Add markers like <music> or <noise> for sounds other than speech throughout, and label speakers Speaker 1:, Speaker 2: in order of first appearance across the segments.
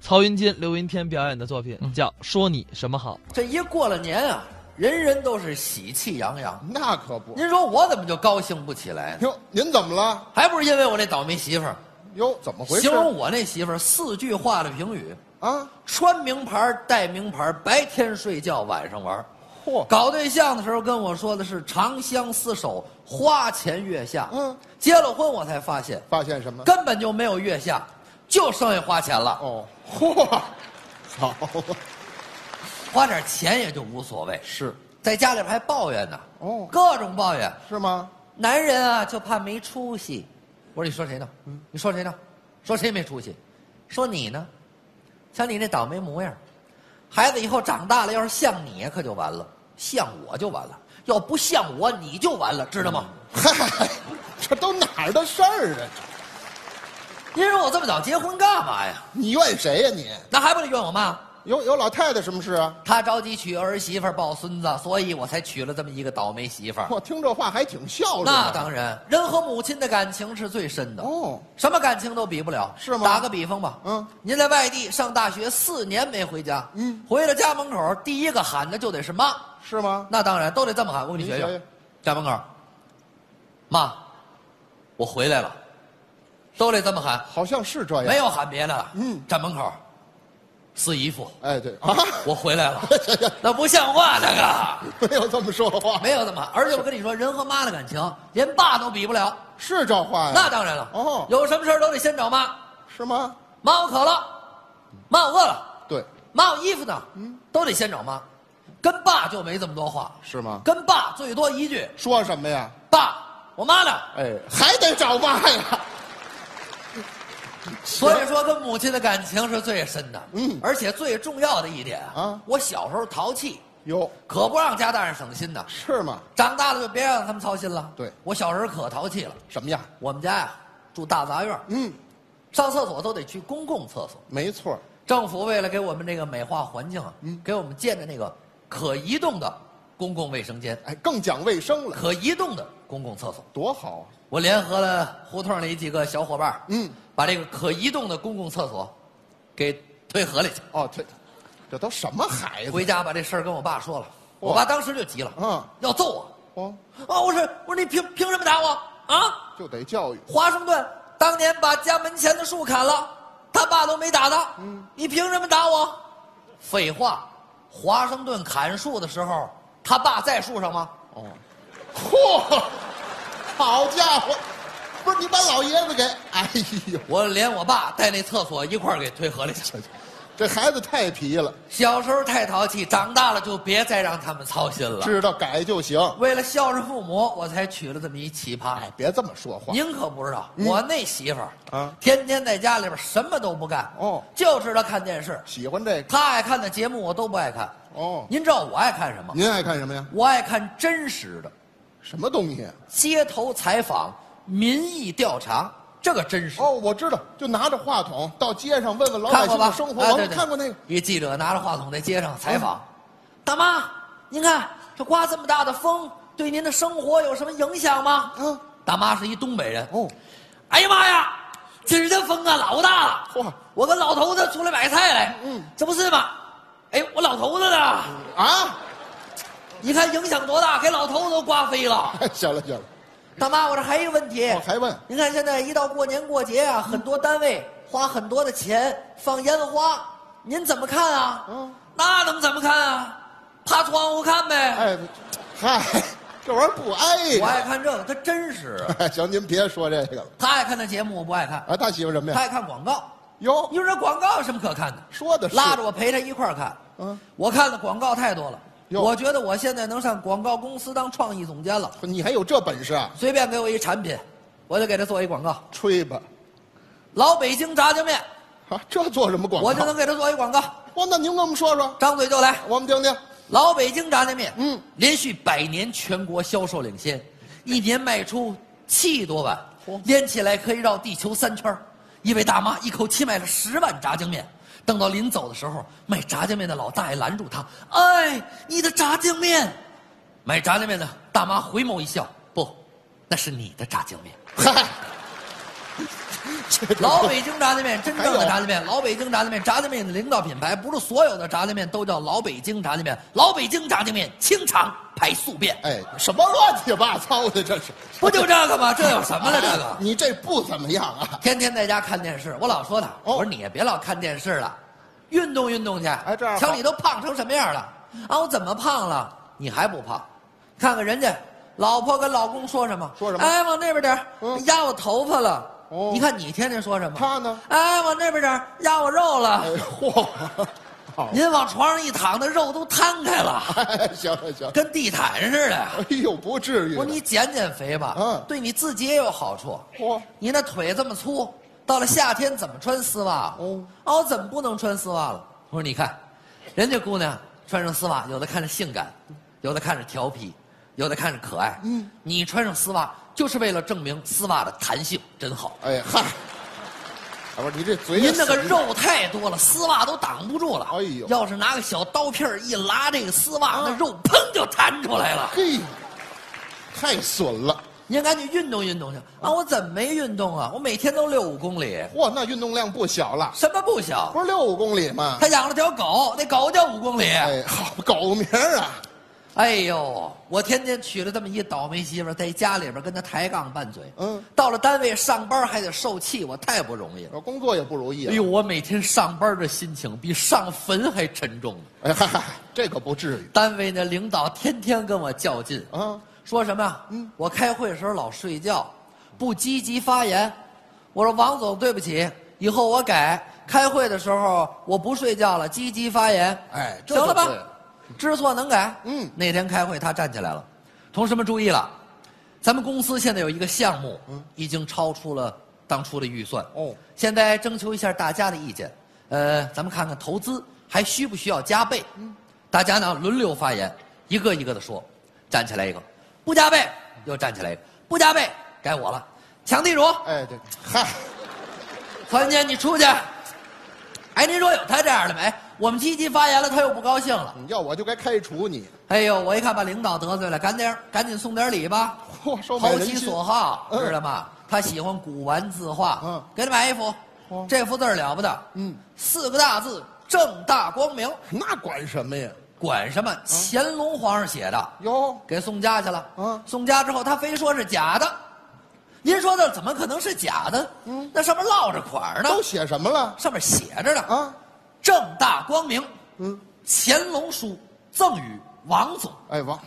Speaker 1: 曹云金、刘云天表演的作品叫《说你什么好》。
Speaker 2: 这一过了年啊，人人都是喜气洋洋。
Speaker 3: 那可不。
Speaker 2: 您说我怎么就高兴不起来呢？
Speaker 3: 哟，您怎么了？
Speaker 2: 还不是因为我那倒霉媳妇儿？
Speaker 3: 哟，怎么回事
Speaker 2: 形？容我那媳妇儿四句话的评语：
Speaker 3: 啊，
Speaker 2: 穿名牌儿，戴名牌儿，白天睡觉，晚上玩儿。
Speaker 3: 嚯，
Speaker 2: 搞对象的时候跟我说的是长相厮守，花前月下。
Speaker 3: 嗯，
Speaker 2: 结了婚我才发现
Speaker 3: 发现什么？
Speaker 2: 根本就没有月下，就剩下花钱了。
Speaker 3: 哦，嚯，好啊，
Speaker 2: 花点钱也就无所谓。
Speaker 3: 是
Speaker 2: 在家里边还抱怨呢，
Speaker 3: 哦
Speaker 2: 各种抱怨。
Speaker 3: 是吗？
Speaker 2: 男人啊，就怕没出息。我说你说谁呢？你说谁呢？说谁没出息？说你呢？像你那倒霉模样，孩子以后长大了要是像你可就完了，像我就完了，要不像我你就完了，知道吗？
Speaker 3: 嗨，这都哪儿的事儿啊？
Speaker 2: 您说我这么早结婚干嘛呀？
Speaker 3: 你怨谁呀、你？
Speaker 2: 那还不得怨我妈？
Speaker 3: 有有老太太什么事啊？
Speaker 2: 她着急娶儿媳妇儿抱孙子，所以我才娶了这么一个倒霉媳妇儿。
Speaker 3: 我听这话还挺孝顺的。
Speaker 2: 那当然，人和母亲的感情是最深的。
Speaker 3: 哦，
Speaker 2: 什么感情都比不了，
Speaker 3: 是吗
Speaker 2: 打个比方吧，
Speaker 3: 嗯
Speaker 2: 您在外地上大学四年没回家，
Speaker 3: 嗯，
Speaker 2: 回到家门口第一个喊的就得是妈，
Speaker 3: 是吗？
Speaker 2: 那当然都得这么喊，我给你
Speaker 3: 您
Speaker 2: 学
Speaker 3: 学
Speaker 2: 学
Speaker 3: 学，
Speaker 2: 家门口，妈，我回来了，都得这么喊，
Speaker 3: 好像是这样。
Speaker 2: 没有喊别的了，
Speaker 3: 哎嗯
Speaker 2: 站门口，四姨夫，
Speaker 3: 哎，对啊， <laughs>
Speaker 2: 我回来了，那不像话那个，
Speaker 3: 没有这么说话，
Speaker 2: 没有这么喊，而且我跟你说，人和妈的感情连爸都比不了，
Speaker 3: 是这话呀？
Speaker 2: 那当然了，
Speaker 3: 哦
Speaker 2: 有什么事儿都得先找妈。
Speaker 3: 是吗？
Speaker 2: 妈，我渴了，妈，我饿了，
Speaker 3: 对，
Speaker 2: 妈，我衣服呢？
Speaker 3: 嗯
Speaker 2: 都得先找妈，跟爸就没这么多话，
Speaker 3: 是吗？
Speaker 2: 跟爸最多一句
Speaker 3: 说什么呀？
Speaker 2: “爸，我妈呢
Speaker 3: 哎，还得找妈呀。”。
Speaker 2: 所以说，跟母亲的感情是最深的。
Speaker 3: 嗯
Speaker 2: 而且最重要的一点
Speaker 3: 啊
Speaker 2: 我小时候淘气，
Speaker 3: 有
Speaker 2: 可不让家大人省心呢。
Speaker 3: 是吗？
Speaker 2: 长大了就别让他们操心了。
Speaker 3: 对
Speaker 2: 我小时候可淘气了。
Speaker 3: 什么呀？
Speaker 2: 我们家呀住大杂院，
Speaker 3: 嗯，
Speaker 2: 上厕所都得去公共厕所。
Speaker 3: 没错儿，
Speaker 2: 政府为了给我们这个美化环境啊，
Speaker 3: 嗯
Speaker 2: 给我们建的那个可移动的公共卫生间、
Speaker 3: 哎，更讲卫生了，
Speaker 2: 可移动的公共厕所。
Speaker 3: 多好啊！
Speaker 2: 我联合了胡同里几个小伙伴，
Speaker 3: 嗯，
Speaker 2: 把这个可移动的公共厕所给推河里去。
Speaker 3: 哦，这这都什么孩子？
Speaker 2: 回家把这事儿跟我爸说了，
Speaker 3: 哎哇
Speaker 2: 我爸当时就急了，
Speaker 3: 嗯
Speaker 2: 要揍我。
Speaker 3: 哦，
Speaker 2: 啊，我说我说你凭凭什么打我啊？
Speaker 3: 就得教育。
Speaker 2: 华盛顿当年把家门前的树砍了，他爸都没打他。
Speaker 3: 嗯
Speaker 2: 你凭什么打我？废话，华盛顿砍树的时候，他爸在树上吗？
Speaker 3: 哦，嚯，好家伙，不是你把老爷子给，哎呦，
Speaker 2: 我连我爸带那厕所一块儿给推河里去了。
Speaker 3: 这孩子太皮了，
Speaker 2: 小时候太淘气，长大了就别再让他们操心了。
Speaker 3: 知道改就行。
Speaker 2: 为了孝顺父母，我才娶了这么一奇葩。
Speaker 3: 哎，别这么说话。
Speaker 2: 您可不知道，我那媳妇儿
Speaker 3: 啊
Speaker 2: 天天在家里边什么都不干，
Speaker 3: 哦
Speaker 2: 就知道看电视。
Speaker 3: 喜欢这个？
Speaker 2: 她爱看的节目我都不爱看。
Speaker 3: 哦，
Speaker 2: 您知道我爱看什么？
Speaker 3: 您爱看什么呀？
Speaker 2: 我爱看真实的
Speaker 3: 什么东西？啊
Speaker 2: 街头采访、民意调查，这个真实。
Speaker 3: 哦，我知道，就拿着话筒到街上问问老
Speaker 2: 看过
Speaker 3: 百姓
Speaker 2: 吧？
Speaker 3: 的生活。
Speaker 2: 哎
Speaker 3: 我
Speaker 2: 对
Speaker 3: 们
Speaker 2: 对
Speaker 3: 看过那个。嗯
Speaker 2: 一记者拿着话筒在街上采访，大妈，您看这刮这么大的风，对您的生活有什么影响吗？
Speaker 3: 嗯，
Speaker 2: 大妈是一东北人。
Speaker 3: 哦，
Speaker 2: 哎呀妈呀，今儿这风啊老大了！
Speaker 3: 嚯
Speaker 2: 我跟老头子出来买菜来，
Speaker 3: 嗯
Speaker 2: 这不是吗？哎，我老头子呢？
Speaker 3: 啊， <laughs>
Speaker 2: 你看影响多大，给老头子都刮飞了。
Speaker 3: 行了行了，
Speaker 2: 大妈，我这还有一个问题，
Speaker 3: 我哦还问
Speaker 2: 您看现在一到过年过节啊，很多单位花很多的钱放烟花，您怎么看啊？
Speaker 3: 嗯，
Speaker 2: 那能怎么看啊？趴窗户看呗。
Speaker 3: 哎，嗨， <laughs> 这玩意儿不挨
Speaker 2: 我
Speaker 3: 呀。
Speaker 2: 爱看这个，他真实。
Speaker 3: 哎 <laughs> 行，您别说这个了。
Speaker 2: 他爱看的节目我不爱看，
Speaker 3: 啊，他喜欢什么
Speaker 2: 他
Speaker 3: 呀？
Speaker 2: 爱看广告。
Speaker 3: 哟
Speaker 2: 你，说这广告有什么可看的？
Speaker 3: 说的是
Speaker 2: 拉着我陪他一块儿看。
Speaker 3: 嗯，
Speaker 2: 我看的广告太多了，
Speaker 3: 哟
Speaker 2: 我觉得我现在能上广告公司当创意总监了。
Speaker 3: 你还有这本事啊？
Speaker 2: 随便给我一产品，我就给他做一广告。
Speaker 3: 吹吧，
Speaker 2: 老北京炸酱面，
Speaker 3: 啊，这做什么广告？
Speaker 2: 我就能给他做一广告，
Speaker 3: 哇，那您给我们说说，
Speaker 2: 张嘴就来。
Speaker 3: 我们听听。
Speaker 2: 老北京炸酱面，
Speaker 3: 嗯，
Speaker 2: 连续百年全国销售领先，一年卖出七多万
Speaker 3: 嚯，
Speaker 2: 连起来可以绕地球三圈儿一位大妈一口气卖了十万炸酱面，等到临走的时候，卖炸酱面的老大爷拦住她：“哎，你的炸酱面！”买炸酱面的大妈回眸一笑：“不，那是你的炸酱面。
Speaker 3: 嗨， <laughs> 这这
Speaker 2: 老北京炸酱面，真正
Speaker 3: 还
Speaker 2: 的
Speaker 3: 有
Speaker 2: 炸酱面，老北京炸酱面，炸酱面的领导品牌，不是所有的炸酱面都叫老北京炸酱面。老北京炸酱面清肠排宿便，
Speaker 3: 哎，什么乱七八糟的这是？哎
Speaker 2: 不就这个吗？这有什么了？这
Speaker 3: <laughs>
Speaker 2: 个
Speaker 3: 你这不怎么样啊？
Speaker 2: 天天在家看电视，我老说他，
Speaker 3: 哦
Speaker 2: 我说你也别老看电视了，运动运动去。哎
Speaker 3: 这样
Speaker 2: 瞧
Speaker 3: 好
Speaker 2: 你都胖成什么样了？啊，我怎么胖了？你还不胖？看看人家，老婆跟老公说什么？
Speaker 3: 说什么
Speaker 2: 哎，往那边点儿
Speaker 3: 嗯
Speaker 2: 压我头发了。
Speaker 3: 哦
Speaker 2: 你看你天天说什么？
Speaker 3: 他呢？
Speaker 2: 哎，往那边点儿压我肉了。
Speaker 3: 哎，嚯，好，
Speaker 2: 您往床上一躺，那肉都摊开了，
Speaker 3: 哎， <laughs> 行了行了，
Speaker 2: 跟地毯似的。
Speaker 3: 哎呦，不至于
Speaker 2: 我说
Speaker 3: 的。
Speaker 2: 你减减肥吧，
Speaker 3: 嗯
Speaker 2: 对你自己也有好处。
Speaker 3: 嚯，
Speaker 2: 你那腿这么粗，到了夏天怎么穿丝袜？
Speaker 3: 哦
Speaker 2: 哦，我怎么不能穿丝袜了？我说你看，人家姑娘穿上丝袜，有的看着性感，有的看着调皮，有的看着可爱。嗯，你穿上丝袜就是为了证明丝袜的弹性真好。
Speaker 3: 哎嗨，啊不是你这嘴也
Speaker 2: 您那个
Speaker 3: 损
Speaker 2: 肉太多了，丝袜都挡不住了。
Speaker 3: 哎呦啊
Speaker 2: 要是拿个小刀片儿一拉这个丝袜，那肉砰就弹出来了。
Speaker 3: 嘿，太损了。
Speaker 2: 您赶紧运动运动去啊！我怎么没运动啊？我每天都遛五公里，
Speaker 3: 嚯，那运动量不小了，
Speaker 2: 什么不小？
Speaker 3: 不是六五公里吗？
Speaker 2: 他养了条狗，那狗叫五公里。
Speaker 3: 哎，好狗名儿啊！
Speaker 2: 哎呦，我天天娶了这么一倒霉媳妇儿，在家里边跟她抬杠拌嘴。
Speaker 3: 嗯
Speaker 2: 到了单位上班还得受气，我太不容易了。
Speaker 3: 我工作也不如意、
Speaker 2: 哎
Speaker 3: 啊。
Speaker 2: 呦，我每天上班的心情比上坟还沉重呢。
Speaker 3: 哎嗨，这可不至于
Speaker 2: 单位那领导天天跟我较劲，
Speaker 3: 啊！
Speaker 2: 说什么呀？嗯，我开会的时候老睡觉，不积极发言。我说王总，对不起，以后我改。开会的时候我不睡觉了，积极发言。
Speaker 3: 哎这
Speaker 2: 行了吧
Speaker 3: 就对？
Speaker 2: 知错能改。
Speaker 3: 嗯
Speaker 2: 那天开会他站起来了，同事们注意了，咱们公司现在有一个项目，已经超出了当初的预算。
Speaker 3: 嗯哦，
Speaker 2: 现在征求一下大家的意见，呃，咱们看看投资还需不需要加倍？大家呢轮流发言，一个一个的说，站起来一个，不加倍，又站起来一个，不加倍，该我了，抢地主，
Speaker 3: 哎，这嗨，
Speaker 2: 团结你出去。哎，您说有他这样的没？我们积极发言了，他又不高兴了。
Speaker 3: 你要我就该开除你。
Speaker 2: 哎呦，我一看把领导得罪了，赶点赶紧送点礼吧。
Speaker 3: 嚯，收买
Speaker 2: 投
Speaker 3: 人
Speaker 2: 其
Speaker 3: 心
Speaker 2: 所好，
Speaker 3: 嗯
Speaker 2: 知道吗？他喜欢古玩字画，
Speaker 3: 嗯
Speaker 2: 给他买一幅，
Speaker 3: 哦
Speaker 2: 这幅字儿了不得，
Speaker 3: 嗯，
Speaker 2: 四个大字正大光明，
Speaker 3: 那管什么呀？
Speaker 2: 管什
Speaker 3: 嗯
Speaker 2: 么？乾隆皇上写的，
Speaker 3: 哟，
Speaker 2: 给送家去了，
Speaker 3: 嗯
Speaker 2: 送家之后他非说是假的，您说的怎么可能是假的？嗯，那上面落着款儿呢，
Speaker 3: 都写什么了
Speaker 2: 上面写着呢，
Speaker 3: 啊？
Speaker 2: 正大光明，
Speaker 3: 嗯，
Speaker 2: 乾隆书赠与王总，
Speaker 3: 哎王，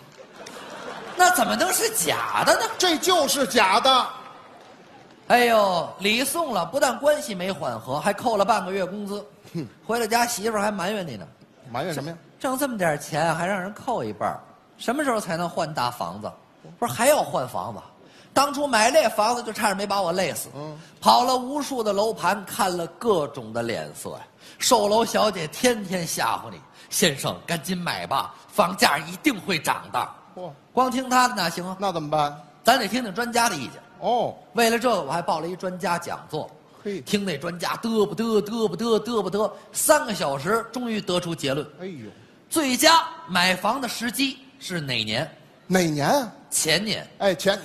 Speaker 2: 那怎么能是假的呢？
Speaker 3: 这就是假的。
Speaker 2: 哎呦，礼送了，不但关系没缓和，还扣了半个月工资。回了家，媳妇儿还埋怨你呢，
Speaker 3: 埋怨什么呀？
Speaker 2: 挣这么点钱还让人扣一半儿，什么时候才能换大房子？不是还要换房子？当初买这房子就差点没把我累死。
Speaker 3: 嗯
Speaker 2: 跑了无数的楼盘，看了各种的脸色呀。售楼小姐天天吓唬你，先生赶紧买吧，房价一定会涨的。
Speaker 3: 嚯，
Speaker 2: 光听她的哪行啊？
Speaker 3: 那怎么办？
Speaker 2: 咱得听听专家的意见。
Speaker 3: 哦，
Speaker 2: 为了这个，我还报了一专家讲座。
Speaker 3: 嘿
Speaker 2: 听那专家嘚不嘚嘚不嘚嘚不嘚，三个小时终于得出结论：
Speaker 3: 哎呦，
Speaker 2: 最佳买房的时机是哪年？
Speaker 3: 哪年啊？
Speaker 2: 前年，
Speaker 3: 哎，前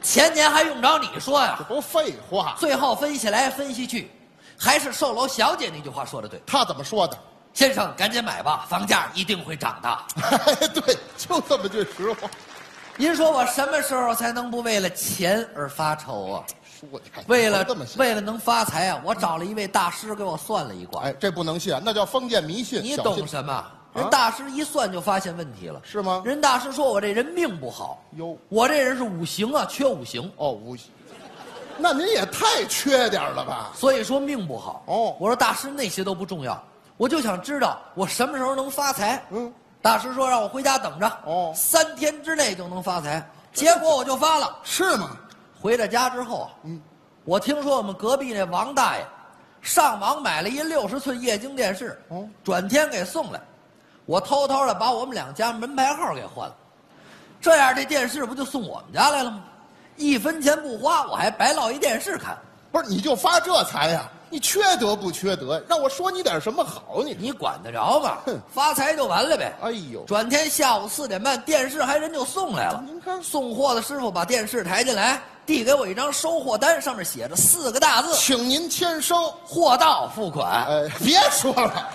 Speaker 2: 前年还用着你说呀
Speaker 3: 这？不废话，
Speaker 2: 最后分析来分析去，还是售楼小姐那句话说的对：
Speaker 3: 他怎么说的？
Speaker 2: 先生，赶紧买吧，房价一定会涨的。
Speaker 3: 哎， <laughs> 对，就这么句实话。
Speaker 2: 您说我什么时候才能不为了钱而发愁啊？
Speaker 3: 说的，
Speaker 2: 为了
Speaker 3: 这么信？
Speaker 2: 为了能发财啊，我找了一位大师给我算了一卦。
Speaker 3: 哎，这不能信，那叫封建迷信。
Speaker 2: 你
Speaker 3: 小
Speaker 2: 懂
Speaker 3: 信
Speaker 2: 什么？人大师一算就发现问题了，
Speaker 3: 是吗
Speaker 2: 人大师说我这人命不好，
Speaker 3: 哟
Speaker 2: 我这人是五行啊，缺五行，
Speaker 3: 哦，无锡，那您也太缺点儿了吧？
Speaker 2: 所以说命不好。
Speaker 3: 哦
Speaker 2: 我说大师那些都不重要，我就想知道我什么时候能发财。
Speaker 3: 嗯，
Speaker 2: 大师说让我回家等着，
Speaker 3: 哦
Speaker 2: 三天之内就能发财，结果我就发了。
Speaker 3: 是吗？
Speaker 2: 回到家之后啊，嗯，我听说我们隔壁那王大爷上网买了一六十寸液晶电视，
Speaker 3: 哦
Speaker 2: 转天给送来，我偷偷的把我们两家门牌号给换了，这样这电视不就送我们家来了吗？一分钱不花，我还白落一电视看。
Speaker 3: 不是，你就发这财呀、你缺德不缺德？让我说你点什么好你？
Speaker 2: 你管得着吗
Speaker 3: 哼？
Speaker 2: 发财就完了呗。
Speaker 3: 哎呦
Speaker 2: 转天下午四点半，电视还人就送来了。
Speaker 3: 您看
Speaker 2: 送货的师傅把电视抬进来，递给我一张收货单，上面写着四个大字
Speaker 3: 请您签收。
Speaker 2: “货到付款
Speaker 3: 呃哎，别说了，